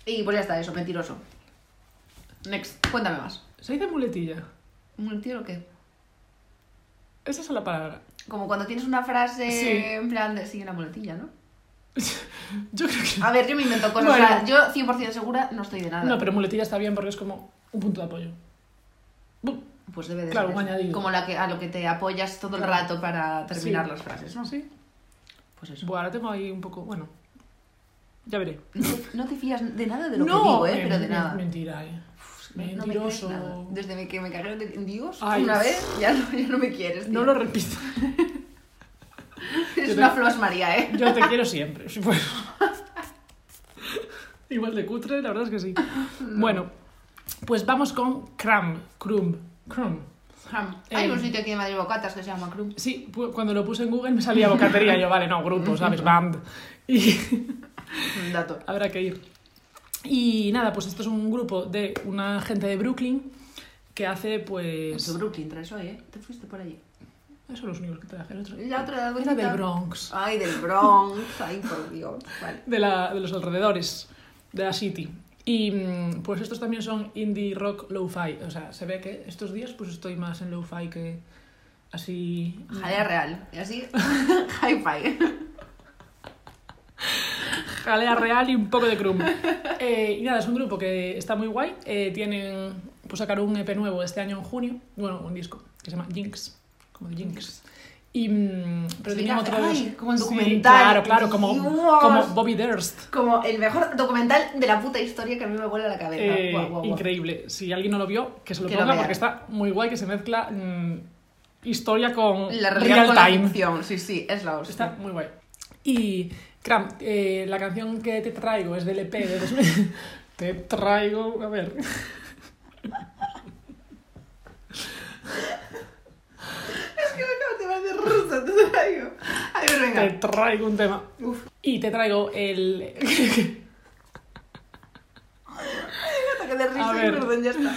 S2: Y pues ya está, eso, mentiroso. Next, cuéntame más.
S1: ¿Se dice muletilla?
S2: ¿Muletilla o qué?
S1: Esa es la palabra.
S2: Como cuando tienes una frase
S1: Sí.
S2: en plan de sigue la
S1: *laughs*
S2: muletilla, ¿no?
S1: Yo creo que...
S2: A ver, yo me invento cosas.
S1: Bueno.
S2: o sea, yo 100% segura no estoy de nada.
S1: No, pero muletilla está bien porque es como un punto de apoyo. Bu-
S2: Pues debe de
S1: Claro,
S2: ser
S1: un
S2: eso.
S1: añadido.
S2: Como la que, a lo que te apoyas todo el
S1: Claro.
S2: rato para terminar
S1: Sí.
S2: las frases, ¿no?
S1: Sí.
S2: Pues eso.
S1: Bueno, ahora tengo ahí un poco... Bueno, ya veré.
S2: No te- No te fías de nada de lo que digo, ¿eh?
S1: eh,
S2: Pero de
S1: men-
S2: nada. Pues
S1: Mentira, eh.
S2: No me crees
S1: Mentiroso.
S2: nada. Desde que me cagaron de- en Dios
S1: Ay,
S2: una
S1: uf.
S2: vez, ya no, ya no me quieres. tío.
S1: No lo repito.
S2: Es
S1: Yo
S2: una
S1: te-
S2: flos María, ¿eh?
S1: Yo te quiero siempre. si fuera. *laughs* Igual de cutre, la verdad es que
S2: *laughs*
S1: sí. Bueno, pues vamos con Crumb. Crumb. Crumb.
S2: Ham. Hay
S1: Eh.
S2: un sitio aquí en Madrid Bocatas que se llama Crum.
S1: Sí, pu- cuando lo puse en Google me salía bocatería. Yo, vale, no, grupo, ¿sabes? Band. Y *laughs*
S2: Un dato.
S1: habrá que ir. Y nada, pues esto es un grupo de una gente de Brooklyn que hace, pues...
S2: Eso, Brooklyn traes hoy, ¿eh? Te fuiste por allí.
S1: Esos son los únicos que traje. el otro-
S2: La otra
S1: Era del Bronx.
S2: Ay, del Bronx. Ay, por Dios. Vale.
S1: de, la- de los alrededores de la city. Y mm, pues estos también son indie rock lo-fi. O sea, se ve que estos días pues estoy más en lo-fi que así...
S2: Jalea real. Y así, *laughs* hi-fi.
S1: Jalea real y un poco de crumb. Eh, y nada, es un grupo que está muy guay. Eh, tienen, pues sacaron un EP nuevo este año en junio. Bueno, un disco que se llama Jinx. Como de Jinx. Y, mm, pero
S2: Sí,
S1: tenían
S2: ay,
S1: otra vez...
S2: como el
S1: Sí,
S2: documental.
S1: Claro, claro, como,
S2: Dios.
S1: como Bobby Durst.
S2: Como el mejor documental de la puta historia que a mí me vuela la cabeza.
S1: Eh,
S2: Guau, guau, guau.
S1: Increíble. Si alguien no lo vio, que se lo
S2: Que lo
S1: ponga
S2: vea.
S1: porque está muy guay que se mezcla mm, historia con
S2: La realidad
S1: real
S2: con la
S1: time.
S2: ficción. Sí, sí, es la hostia.
S1: Está muy guay. Y, Cram, eh, la canción que te traigo es del EP de 2000. *laughs* te traigo, a ver. *laughs*
S2: Es que no, te vas de rusa, te traigo. A ver,
S1: Te
S2: venga.
S1: traigo un tema.
S2: Uf.
S1: Y te traigo el. *laughs*
S2: Ataque de
S1: A
S2: risa y
S1: ver.
S2: perdón, ya está.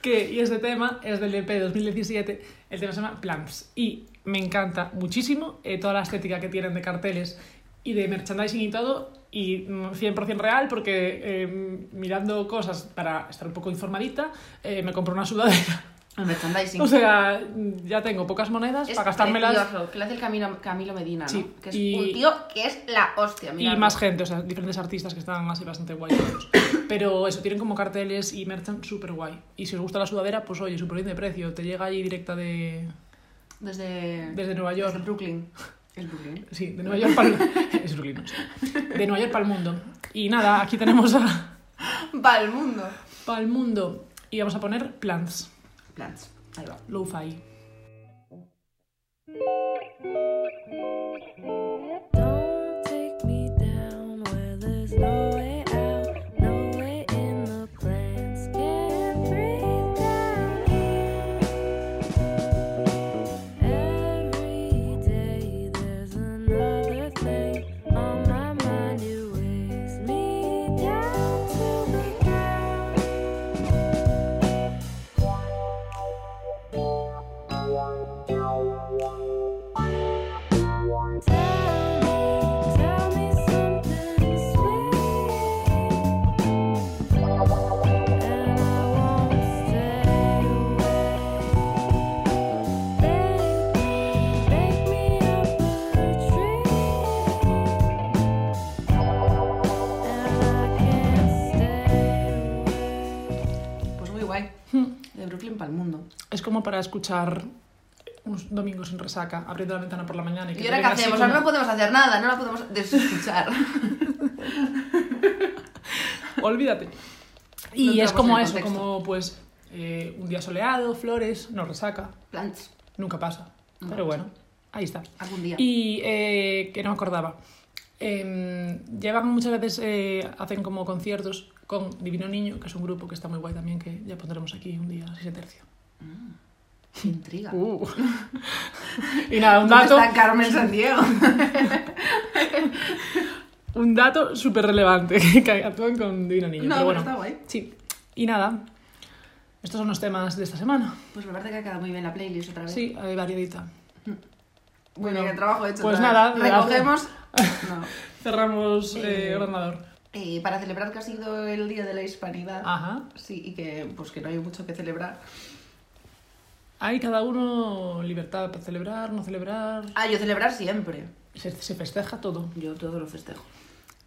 S1: que, y este tema es del EP 2017. El tema se llama Plants. Y me encanta muchísimo eh, toda la estética que tienen de carteles y de merchandising y todo. Y mm, 100% real, porque eh, mirando cosas para estar un poco informadita, eh, me compré una sudadera.
S2: El merchandising.
S1: O sea, mm, ya tengo pocas monedas
S2: es
S1: para gastármelas.
S2: precioso, que lo hace el Camilo, Camilo Medina, ¿no?
S1: Sí,
S2: Que es
S1: y-
S2: un tío que es la hostia,
S1: Y
S2: mira.
S1: más gente, o sea, diferentes artistas que están así bastante guay. todos. Pero eso, tienen como carteles y merchan súper guay. Y si os gusta la sudadera, pues oye, súper bien de precio. Te llega allí directa de,
S2: Desde...
S1: desde Nueva
S2: desde
S1: York.
S2: Brooklyn. El Brooklyn.
S1: Sí, de Nueva York para el *laughs* es Brooklyn, no sé. De Nueva York para el mundo. Y nada, aquí tenemos a
S2: *laughs* Va el mundo.
S1: para el mundo y vamos a poner plants,
S2: Plants. Ahí va.
S1: lo-fi.
S3: Don't take me down where there's no way out, no way in the plans. Can't breathe down Every day there's another thing on my mind. You weighs me down to the ground. Tell me, tell me something sweet, and I won't stay away. Bake me, bake me up a tree, and I can't stay away.
S2: Pues
S1: *laughs*
S2: muy guay. De Brooklyn para el mundo.
S1: Es como para escuchar unos domingos en resaca, abriendo la ventana por la mañana y que
S2: ¿Y
S1: te
S2: ahora qué
S1: venga así
S2: hacemos?
S1: como-
S2: Ahora no podemos hacer nada, no la podemos desescuchar. *laughs*
S1: Olvídate.
S2: No
S1: Y es
S2: entramos
S1: como
S2: en el
S1: eso,
S2: contexto.
S1: como pues eh, un día soleado, flores, no resaca,
S2: Plants.
S1: nunca pasa.
S2: No
S1: Pero
S2: pasa.
S1: bueno, ahí está.
S2: Algún día.
S1: Y eh, que no me acordaba. Eh, llevan muchas veces, eh, hacen como conciertos con Divino Niño, que es un grupo que está muy guay también, que ya pondremos aquí un día, si se tercio.
S2: Qué intriga.
S1: Uh. *laughs* y nada, un
S2: ¿Dónde
S1: dato,
S2: está Carmen Sandiego?
S1: *laughs* un dato súper relevante, *laughs* que actúan con Divino Niño.
S2: *laughs* No,
S1: pero
S2: pero
S1: bueno,
S2: está guay.
S1: sí. Y nada, estos son los temas de esta semana.
S2: Pues me parece que ha quedado muy bien la playlist otra vez.
S1: Sí, eh, variadita.
S2: Muy
S1: Bueno,
S2: bien, el trabajo hecho.
S1: pues
S2: otra vez.
S1: nada, gracias. *laughs*
S2: Recogemos. No.
S1: Cerramos eh,
S2: Eh,
S1: ordenador.
S2: Eh, para celebrar que ha sido el Día de la Hispanidad.
S1: Ajá.
S2: Sí, y que, pues, que no hay mucho que celebrar.
S1: Hay cada uno libertad para celebrar, no celebrar.
S2: Ah, yo celebrar siempre.
S1: Se, se festeja todo.
S2: Yo todo lo festejo.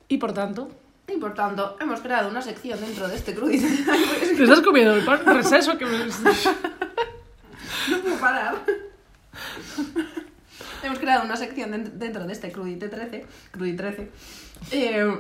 S1: Y por tanto,
S2: Y por tanto, hemos creado una sección dentro de este crudit.
S1: *laughs*
S2: *laughs*
S1: te estás comiendo el pan receso que me... *laughs*
S2: no puedo parar. hemos creado una sección den- dentro de este crudite 13. Crudit 13. eh, *laughs*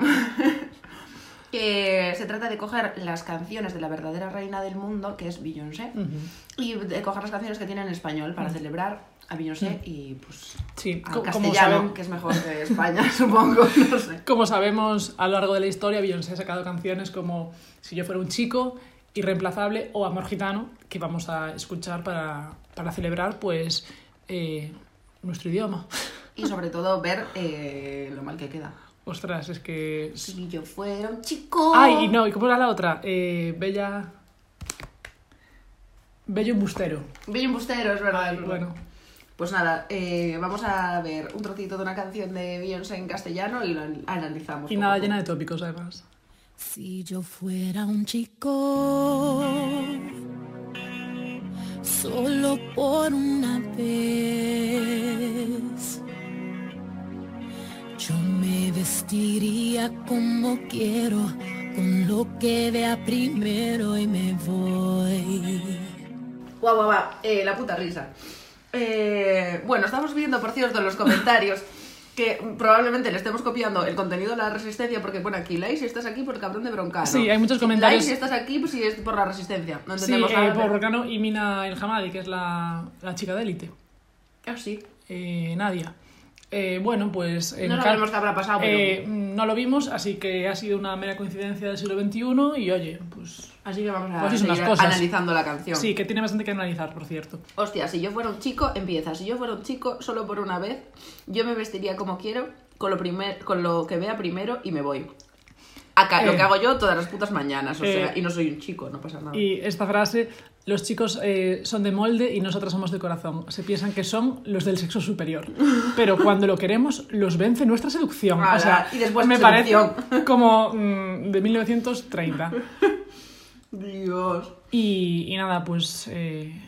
S2: que se trata de coger las canciones de la verdadera reina del mundo, que es Beyoncé.
S1: Ujú.
S2: Y de coger las canciones que tienen en español para celebrar a Beyoncé y pues
S1: Sí,
S2: al
S1: co- como,
S2: castellano,
S1: saben-
S2: que es mejor de España, *laughs* supongo, no sé.
S1: como sabemos, a lo largo de la historia Beyoncé ha sacado canciones como Si yo fuera un chico, Irreemplazable o Amor Gitano, que vamos a escuchar para, para celebrar pues eh, nuestro idioma. *laughs*
S2: Y sobre todo ver eh, lo mal que queda.
S1: Ostras, es que...
S2: Si yo fuera un chico...
S1: Ay, y no, ¿y cómo era la otra? Eh, bella... Bello embustero.
S2: Bien embustero, es verdad.
S1: Ay,
S2: es verdad.
S1: bueno,
S2: Pues nada, eh, vamos a ver un trocito de una canción de Beyoncé en castellano y lo an- analizamos.
S1: y
S2: poco
S1: nada
S2: a poco.
S1: llena de tópicos además.
S7: Si yo fuera un chico, solo por una vez, yo me vestiría como quiero, con lo que vea primero y me voy.
S2: Guau, guau, guau, eh, la puta risa. Eh, bueno, estamos viendo, por cierto, en los comentarios que probablemente le estemos copiando el contenido de la resistencia porque pone aquí, like si estás aquí por cabrón de broncano.
S1: Sí, hay muchos
S2: Like
S1: comentarios.
S2: si estás aquí pues, si es por la resistencia. No
S1: Sí,
S2: entendemos
S1: eh,
S2: nada,
S1: por
S2: pero-
S1: Rocano y Mina El Hamadi, que es la, la chica de élite.
S2: Ah, sí.
S1: Eh, Nadia. Eh, bueno, pues... en
S2: No
S1: ca-
S2: sabemos qué habrá pasado, pero
S1: eh, mm, no lo vimos, así que ha sido una mera coincidencia del siglo XXI y oye, pues...
S2: así que vamos a
S1: pues sí, son las
S2: seguir
S1: cosas.
S2: analizando la canción.
S1: Sí, que tiene bastante que analizar, por cierto.
S2: Hostia, si yo fuera un chico, empieza. Si yo fuera un chico, solo por una vez, yo me vestiría como quiero, con lo, primer, con lo que vea primero y me voy. Acá, lo
S1: Eh.
S2: que hago yo todas las putas mañanas, o
S1: Eh.
S2: sea, y no soy un chico, no pasa nada.
S1: Y esta frase, los chicos eh, son de molde y nosotras somos de corazón. Se piensan que son los del sexo superior. Pero cuando lo queremos, los vence nuestra seducción.
S2: Ala,
S1: o sea,
S2: y después
S1: me
S2: seducción.
S1: parece como mm, de 1930.
S2: Dios.
S1: Y, y nada, pues eh,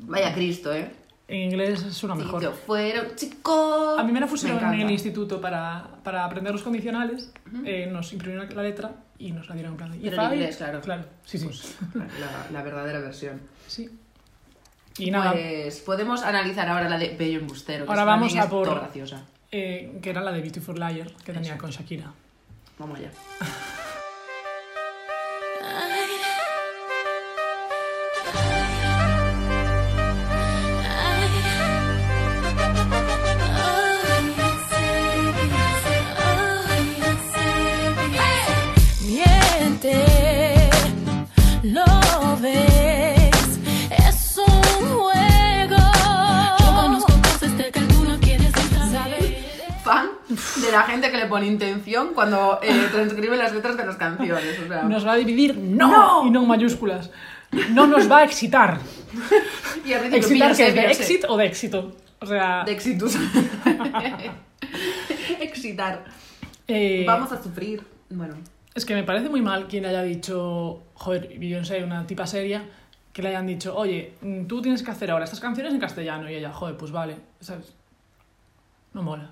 S2: Vaya Cristo, ¿eh?
S1: en inglés suena mejor.
S2: Si yo fuera un chico...
S1: A mí me la
S2: Me
S1: pusieron en
S2: encanta.
S1: el instituto para, para aprender los condicionales. eh, nos imprimieron la letra y nos la dieron en plan. de, "If
S2: Pero en
S1: I-"
S2: inglés, claro. Pues.
S1: Claro, sí, sí.
S2: La, la verdadera versión.
S1: sí. Y nada.
S2: Pues podemos analizar ahora la de Bello Embustero. que
S1: Ahora
S2: esa
S1: vamos
S2: también
S1: a
S2: es
S1: por-
S2: todo graciosa.
S1: eh, que era la de Beautiful Liar que tenía con Shakira.
S2: Vamos allá.
S7: Miente, lo ves, es un juego. Yo conozco cosas de que tú no quieres saber.
S2: Fan de la gente que le pone intención cuando eh, *laughs* transcribe las letras de las canciones. O sea,
S1: Nos va a dividir no,
S2: ¡No!
S1: y no en mayúsculas. No nos va a *laughs* excitar.
S2: y al principio,
S1: ¿Excitar
S2: píllase,
S1: que es de
S2: píllase.
S1: exit o de éxito? O sea,
S2: De exitus. *laughs* Excitar.
S1: eh,
S2: Vamos a sufrir. Bueno,
S1: es que me parece muy mal quien haya dicho, joder, Beyoncé, una tipa seria, que le hayan dicho, oye, mm, tú tienes que hacer ahora estas canciones en castellano. Y ella, joder, pues vale, ¿sabes? No mola.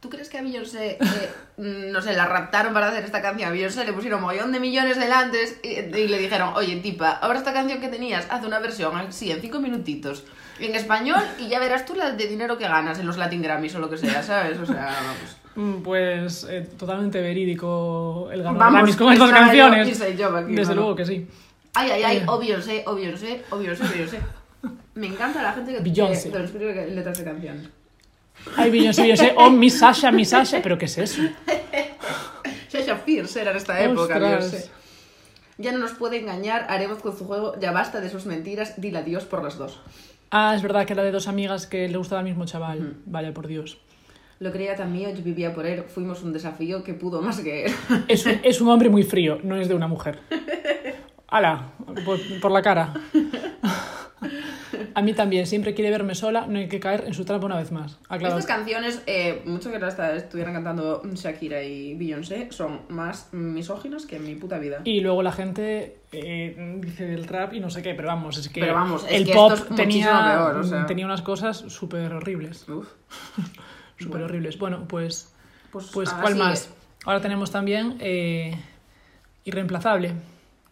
S2: ¿tú crees que a Beyoncé, eh, mm, no sé, la raptaron para hacer esta canción? A Beyoncé le pusieron un mogollón de millones de lantes y, y le dijeron, oye, tipa, ahora esta canción que tenías, haz una versión así en cinco minutitos. En español y ya verás tú la de dinero que ganas en los Latin Grammys o lo que sea, ¿sabes? O sea, vamos.
S1: Mm, Pues eh, totalmente verídico el ganar Grammys
S2: Vamos,
S1: con estas
S2: está el
S1: canciones.
S2: Inside Job aquí,
S1: Desde
S2: ¿no?
S1: luego que sí.
S2: Ay, ay, ay, obvio sé, obvio sé, obvio sé, obvio sé. Me encanta la gente que
S1: Beyoncé.
S2: que- que escribe letras de canción.
S1: Ay, Beyoncé, Beyoncé, oh, mi Sasha, mi Sasha, pero ¿qué es eso?
S2: Sasha Fierce era en esta época,
S1: Ostras.
S2: Beyoncé. Ya no nos puede engañar, haremos con su juego, ya basta de sus mentiras, dile adiós por las dos.
S1: Ah, es verdad que era de dos amigas que le gustaba al mismo chaval.
S2: Mm.
S1: Vale, por Dios.
S2: Lo creía tan mío, yo vivía por él, fuimos un desafío que pudo más
S1: *laughs*
S2: que él.
S1: Es un, es un hombre muy frío, no es de una mujer. Ala, por, por la cara. A mí también, siempre quiere verme sola, no hay que caer en su trampa una vez más. Aclaro.
S2: Estas canciones, eh, mucho que las estuvieran cantando Shakira y Beyoncé, son más misóginas que en mi puta vida.
S1: Y luego la gente eh, dice del trap y no sé qué, pero vamos, es que
S2: Pero vamos, es
S1: el
S2: que
S1: pop
S2: esto es muchísimo
S1: tenía,
S2: peor, o sea.
S1: tenía unas cosas súper horribles.
S2: Uf.
S1: Súper horribles. Bueno, pues,
S2: Pues,
S1: pues
S2: ahora
S1: ¿cuál
S2: sigue.
S1: más? Ahora tenemos también eh, Irreemplazable.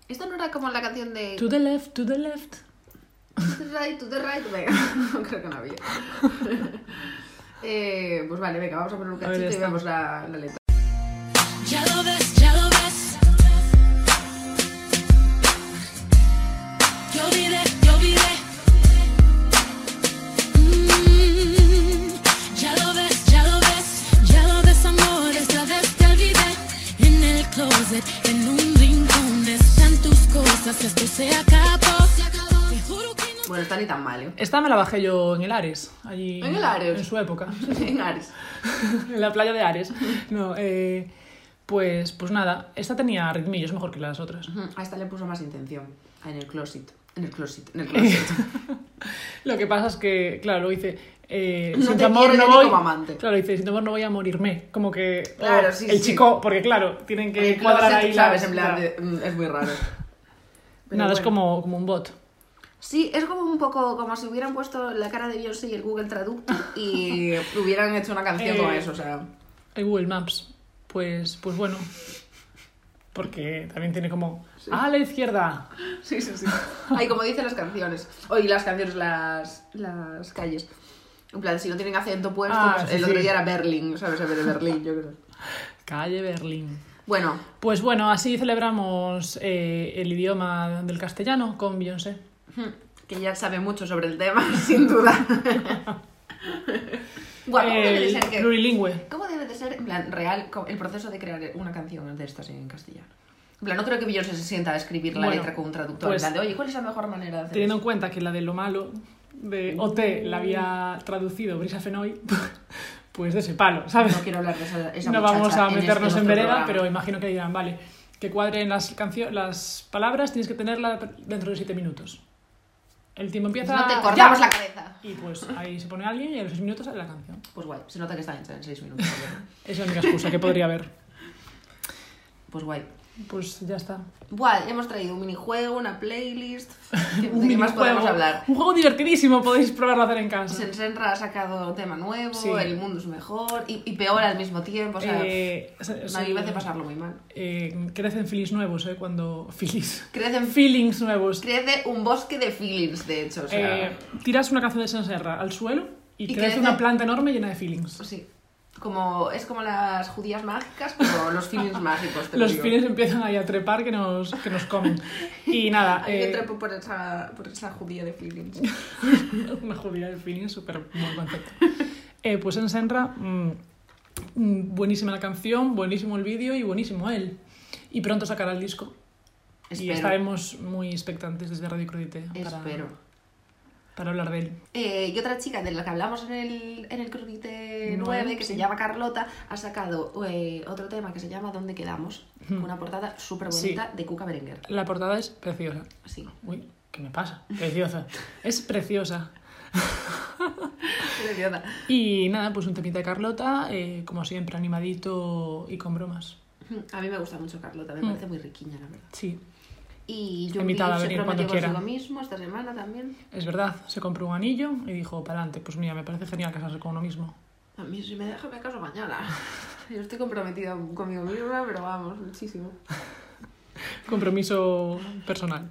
S2: Esto no era como la canción de...
S1: To the left, to the left.
S2: To the right, to the right, venga. *laughs* No creo que no
S1: *laughs*
S2: había. Eh, pues vale, venga, vamos a poner un
S1: A ver,
S2: cachito y
S1: esta.
S2: vemos la, la letra.
S7: Ya lo ves, ya lo ves. Yo diré, yo diré. Mm, ya lo ves, ya lo ves. Ya lo ves, amor, esta vez te olvidé. En el closet, en un rincón, están tus cosas, esto se acabó. Te juro que no
S2: Bueno, está ni tan mal, ¿eh?
S1: Esta me la bajé yo en el Ares. Allí,
S2: ¿En el Ares?
S1: En su época. *laughs*
S2: *laughs* En Ares.
S1: en la playa de Ares. No, eh, pues, pues nada, esta tenía ritmillos mejor que las otras.
S2: Ujú, A esta le puso más intención. En el closet. En el closet.
S1: *laughs*
S2: En el closet.
S1: Lo que pasa es que, claro, lo dice. eh,
S2: No
S1: sin
S2: te
S1: tu amor
S2: quiero
S1: no
S2: ya ni
S1: voy.
S2: como amante.
S1: Claro, dice, sin tu amor no voy a morirme. Como que. o
S2: Claro, sí,
S1: El
S2: sí.
S1: chico, porque claro, tienen
S2: En
S1: que
S2: el
S1: cuadrar
S2: closet,
S1: ahí.
S2: ¿sabes?
S1: las-
S2: En plan,
S1: claro.
S2: de, mm, es
S1: *laughs*
S2: muy raro. Pero
S1: Nada, es
S2: bueno.
S1: como, como un bot.
S2: Sí, es como un poco como si hubieran puesto la cara de Beyoncé y el Google Traductor
S1: *laughs*
S2: y hubieran hecho una canción con
S1: Eh.
S2: eso, o sea...
S1: El Google Maps. Pues, pues bueno. Porque también tiene como. A la izquierda.
S2: Sí, sí, sí. Ay, como dicen las canciones. Oye, las canciones, las, las calles. En plan, si no tienen acento puesto,
S1: Ah,
S2: pues,
S1: sí,
S2: el otro
S1: sí.
S2: día era Berlín, ¿sabes? En vez de Berlín, yo creo.
S1: Calle Berlín.
S2: Bueno,
S1: Pues bueno, así celebramos eh, el idioma del castellano con Beyoncé.
S2: que ya sabe mucho sobre el tema, *laughs* sin duda. Bueno, ¿cómo debe de
S1: El
S2: ser que-
S1: plurilingüe.
S2: ¿Cómo debe de ser, en plan, real co- el proceso de crear una canción de estas en castellano? En plan, no creo que Beyoncé se sienta a escribir la
S1: Bueno,
S2: letra con un traductor.
S1: pues-
S2: en plan de, oye, ¿cuál es la mejor manera de hacer
S1: Teniendo en
S2: esto?".
S1: cuenta que la de lo malo de OT la había traducido Brisa Fenoy, *laughs* pues de ese palo, ¿sabes?
S2: No quiero hablar de esa, esa
S1: No
S2: muchacha
S1: vamos a
S2: en este
S1: meternos en
S2: nuestro
S1: vereda,
S2: programa.
S1: pero imagino que dirán, vale, que cuadren las, cancio- las palabras, tienes que tenerla dentro de siete minutos. El tiempo empieza...
S2: No te cortamos
S1: ya.
S2: la cabeza.
S1: Y pues ahí se pone alguien y a los seis minutos sale la canción.
S2: Pues guay, se nota que está hecha en 6 minutos. ¿verdad?
S1: Esa es la única excusa que podría haber.
S2: Pues guay.
S1: Pues ya está.
S2: Guay, hemos traído un minijuego,
S1: *laughs*
S2: una playlist. ¿De
S1: Un
S2: qué más
S1: minijuego.
S2: podemos hablar?
S1: Un juego divertidísimo, podéis probarlo a hacer en casa.
S2: Sensenra ha sacado tema nuevo,
S1: Sí.
S2: el mundo es mejor y, y peor al mismo tiempo. O sea,
S1: Eh, se-
S2: a mí me
S1: se-
S2: hace pasarlo muy mal.
S1: eh, crecen feelings nuevos, ¿eh? Cuando... *laughs* Feelings.
S2: Crecen,
S1: Feelings nuevos.
S2: crece un bosque de feelings, de hecho. O sea,
S1: Eh, tiras una canción de Sanserra al suelo y,
S2: Y
S1: crece
S2: crece-
S1: una planta enorme llena de feelings.
S2: sí. Como, es como las judías mágicas, pero los fines mágicos. Te lo
S1: Los
S2: digo.
S1: fines empiezan ahí a trepar que nos, que nos
S2: *laughs*
S1: comen. Y nada,
S2: Hay
S1: eh, *laughs*
S2: que trepo por esa, por esa judía de feelings.
S1: una judía de feeling, súper buen concepto. Eh, pues en Senra, mm, mm, buenísima la canción, buenísimo el vídeo y buenísimo él. Y pronto sacará el disco. Y
S2: Espero.
S1: estaremos muy expectantes desde Radio Crudité para,
S2: Espero.
S1: para hablar de él.
S2: Eh, y otra chica de la que hablamos en el, en el Crudite
S1: Nueve,
S2: 9, que
S1: sí.
S2: se llama Carlota, ha sacado eh, otro tema que se llama ¿Dónde quedamos?
S1: Hmm.
S2: con Una portada súper bonita de Cuca Berenguer.
S1: La portada es preciosa.
S2: Sí. *laughs*
S1: Uy, ¿qué me pasa? Preciosa. es preciosa.
S2: Preciosa.
S1: Y nada, pues un temita de Carlota, eh, como siempre, animadito y con bromas.
S2: A mí me gusta mucho Carlota, me parece muy riquiña, la verdad.
S1: Sí,
S2: Y yo
S1: Invitada Hmm. a
S2: se
S1: venir
S2: prometió
S1: cuando quiera.
S2: consigo mismo esta semana también.
S1: es verdad, se compró un anillo y dijo, para adelante, pues mira, me parece genial casarse con uno mismo.
S2: A mí si me deja me caso
S1: *laughs*
S2: mañana. Yo estoy comprometida conmigo misma, pero vamos, muchísimo.
S1: Compromiso personal.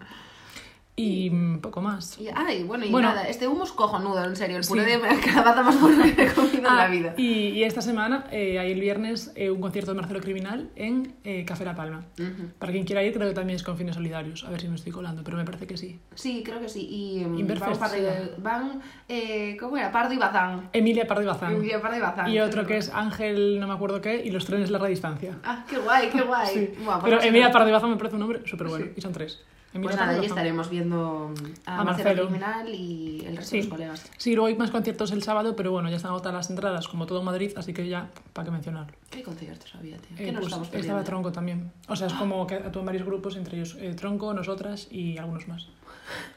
S1: Y mm, poco más.
S2: Y, ah, y bueno, y
S1: Bueno.
S2: nada, este humo es cojonudo, en serio. El puré
S1: Sí.
S2: de *laughs* calabaza más bueno que he comido en
S1: Ah,
S2: la vida.
S1: Y, y esta semana eh, hay el viernes eh, un concierto de Marcelo Criminal en eh, Café La Palma.
S2: Ujú.
S1: Para quien quiera ir, creo que también es con fines solidarios. A ver si me estoy colando, pero me parece que sí.
S2: Sí, creo que sí. Y mm,
S1: Inverfest,
S2: van, Pardo y-
S1: sí.
S2: van, eh, ¿cómo era? Pardo y Bazán.
S1: Emilia Pardo y Bazán.
S2: Emilia Pardo y Bazán.
S1: Y otro que es Ángel, no me acuerdo qué, y los trenes larga distancia.
S2: Ah, qué guay, qué guay.
S1: Sí.
S2: Buah, pues
S1: Pero
S2: no sé
S1: Emilia
S2: qué-
S1: Pardo y Bazán me parece un nombre súper bueno.
S2: Sí.
S1: Y son tres. Emilia
S2: Pues nada,
S1: Pardo
S2: ahí
S1: y Bazán.
S2: estaremos viendo a,
S1: A Marcelo.
S2: Marcelo Criminal y el resto de
S1: Sí.
S2: los colegas.
S1: sí, luego hay más conciertos el sábado, pero bueno, ya están agotadas las entradas, como todo Madrid, así que ya, ¿para qué mencionarlo?
S2: ¿Qué conciertos había, tío?
S1: Eh,
S2: ¿Qué nos
S1: pues,
S2: estamos perdiendo?
S1: estaba Tronco también. O sea, es como que actúan varios grupos, entre ellos eh, Tronco, nosotras y algunos más.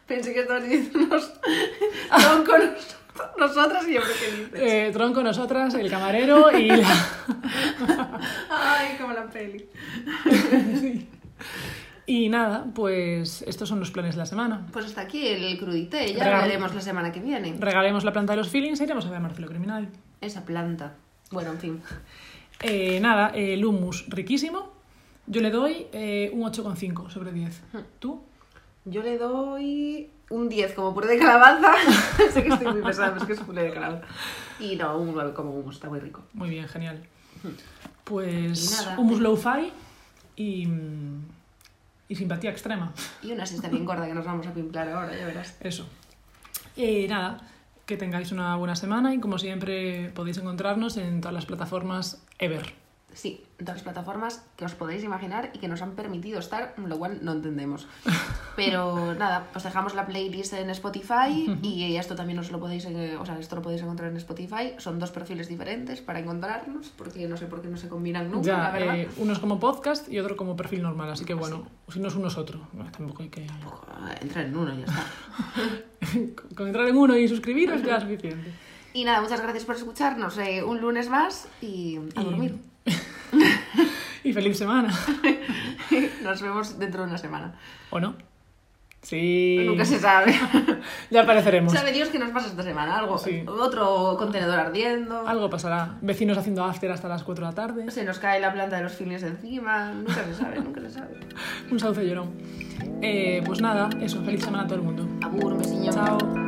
S2: Pensé que estabas diciéndonos *laughs* son con nos- nosotras y yo creo que dices.
S1: Eh, tronco, nosotras, el camarero y
S2: *laughs*
S1: la...
S2: Ay, como la peli.
S1: Y nada, pues estos son los planes de la semana.
S2: Pues hasta aquí el crudité, ya
S1: Regal-
S2: lo veremos la semana que viene.
S1: Regalemos la planta de los feelings e iremos a ver Marcelo Criminal.
S2: Esa planta. Bueno, en fin.
S1: Eh, nada, eh, el hummus riquísimo. Yo le doy eh, un 8,5 sobre 10.
S2: Hmm.
S1: ¿Tú?
S2: Yo le doy un 10 como puré de calabaza. *laughs* sé que estoy muy pesada, pero es que es puré de calabaza. Y no, un 9 como humo, está muy rico.
S1: Muy bien, genial. Pues
S2: Y nada.
S1: hummus low-fi y, mm, y simpatía extrema.
S2: Y una siesta bien gorda que nos vamos a pimplar ahora, ya verás.
S1: Eso. Eh, nada, que tengáis una buena semana y como siempre podéis encontrarnos en todas las plataformas ever.
S2: Sí, en todas las plataformas que os podéis imaginar y que nos han permitido estar, lo cual no entendemos. Pero nada, os dejamos la playlist en Spotify y esto también os lo podéis, eh, o sea, esto lo podéis encontrar en Spotify. Son dos perfiles diferentes para encontrarnos, porque no sé por qué no se combinan nunca, Uh, la
S1: ya,
S2: verdad.
S1: eh, unos como podcast y otro como perfil normal, así que bueno, si no es uno es otro. Bueno, tampoco hay que... *laughs*
S2: Entra en uno y ya está.
S1: Con entrar en uno y suscribiros ya es suficiente.
S2: Y nada, muchas gracias por escucharnos eh, un lunes más y a
S1: Y- *laughs*
S2: dormir.
S1: Y feliz semana.
S2: Nos vemos dentro de una semana.
S1: ¿O no? Sí.
S2: Nunca se
S1: *laughs*
S2: sabe.
S1: Ya apareceremos.
S2: Sabe Dios qué nos pasa esta semana. Algo,
S1: Sí.
S2: Otro contenedor ardiendo.
S1: Algo pasará. Vecinos haciendo after hasta las 4 de la tarde.
S2: Se nos cae la planta de los filmes encima. Nunca se sabe, nunca se sabe.
S1: Un sauce llorón. Eh, pues nada, eso. Feliz semana a todo el mundo.
S2: Abur, besiño.
S1: Chao.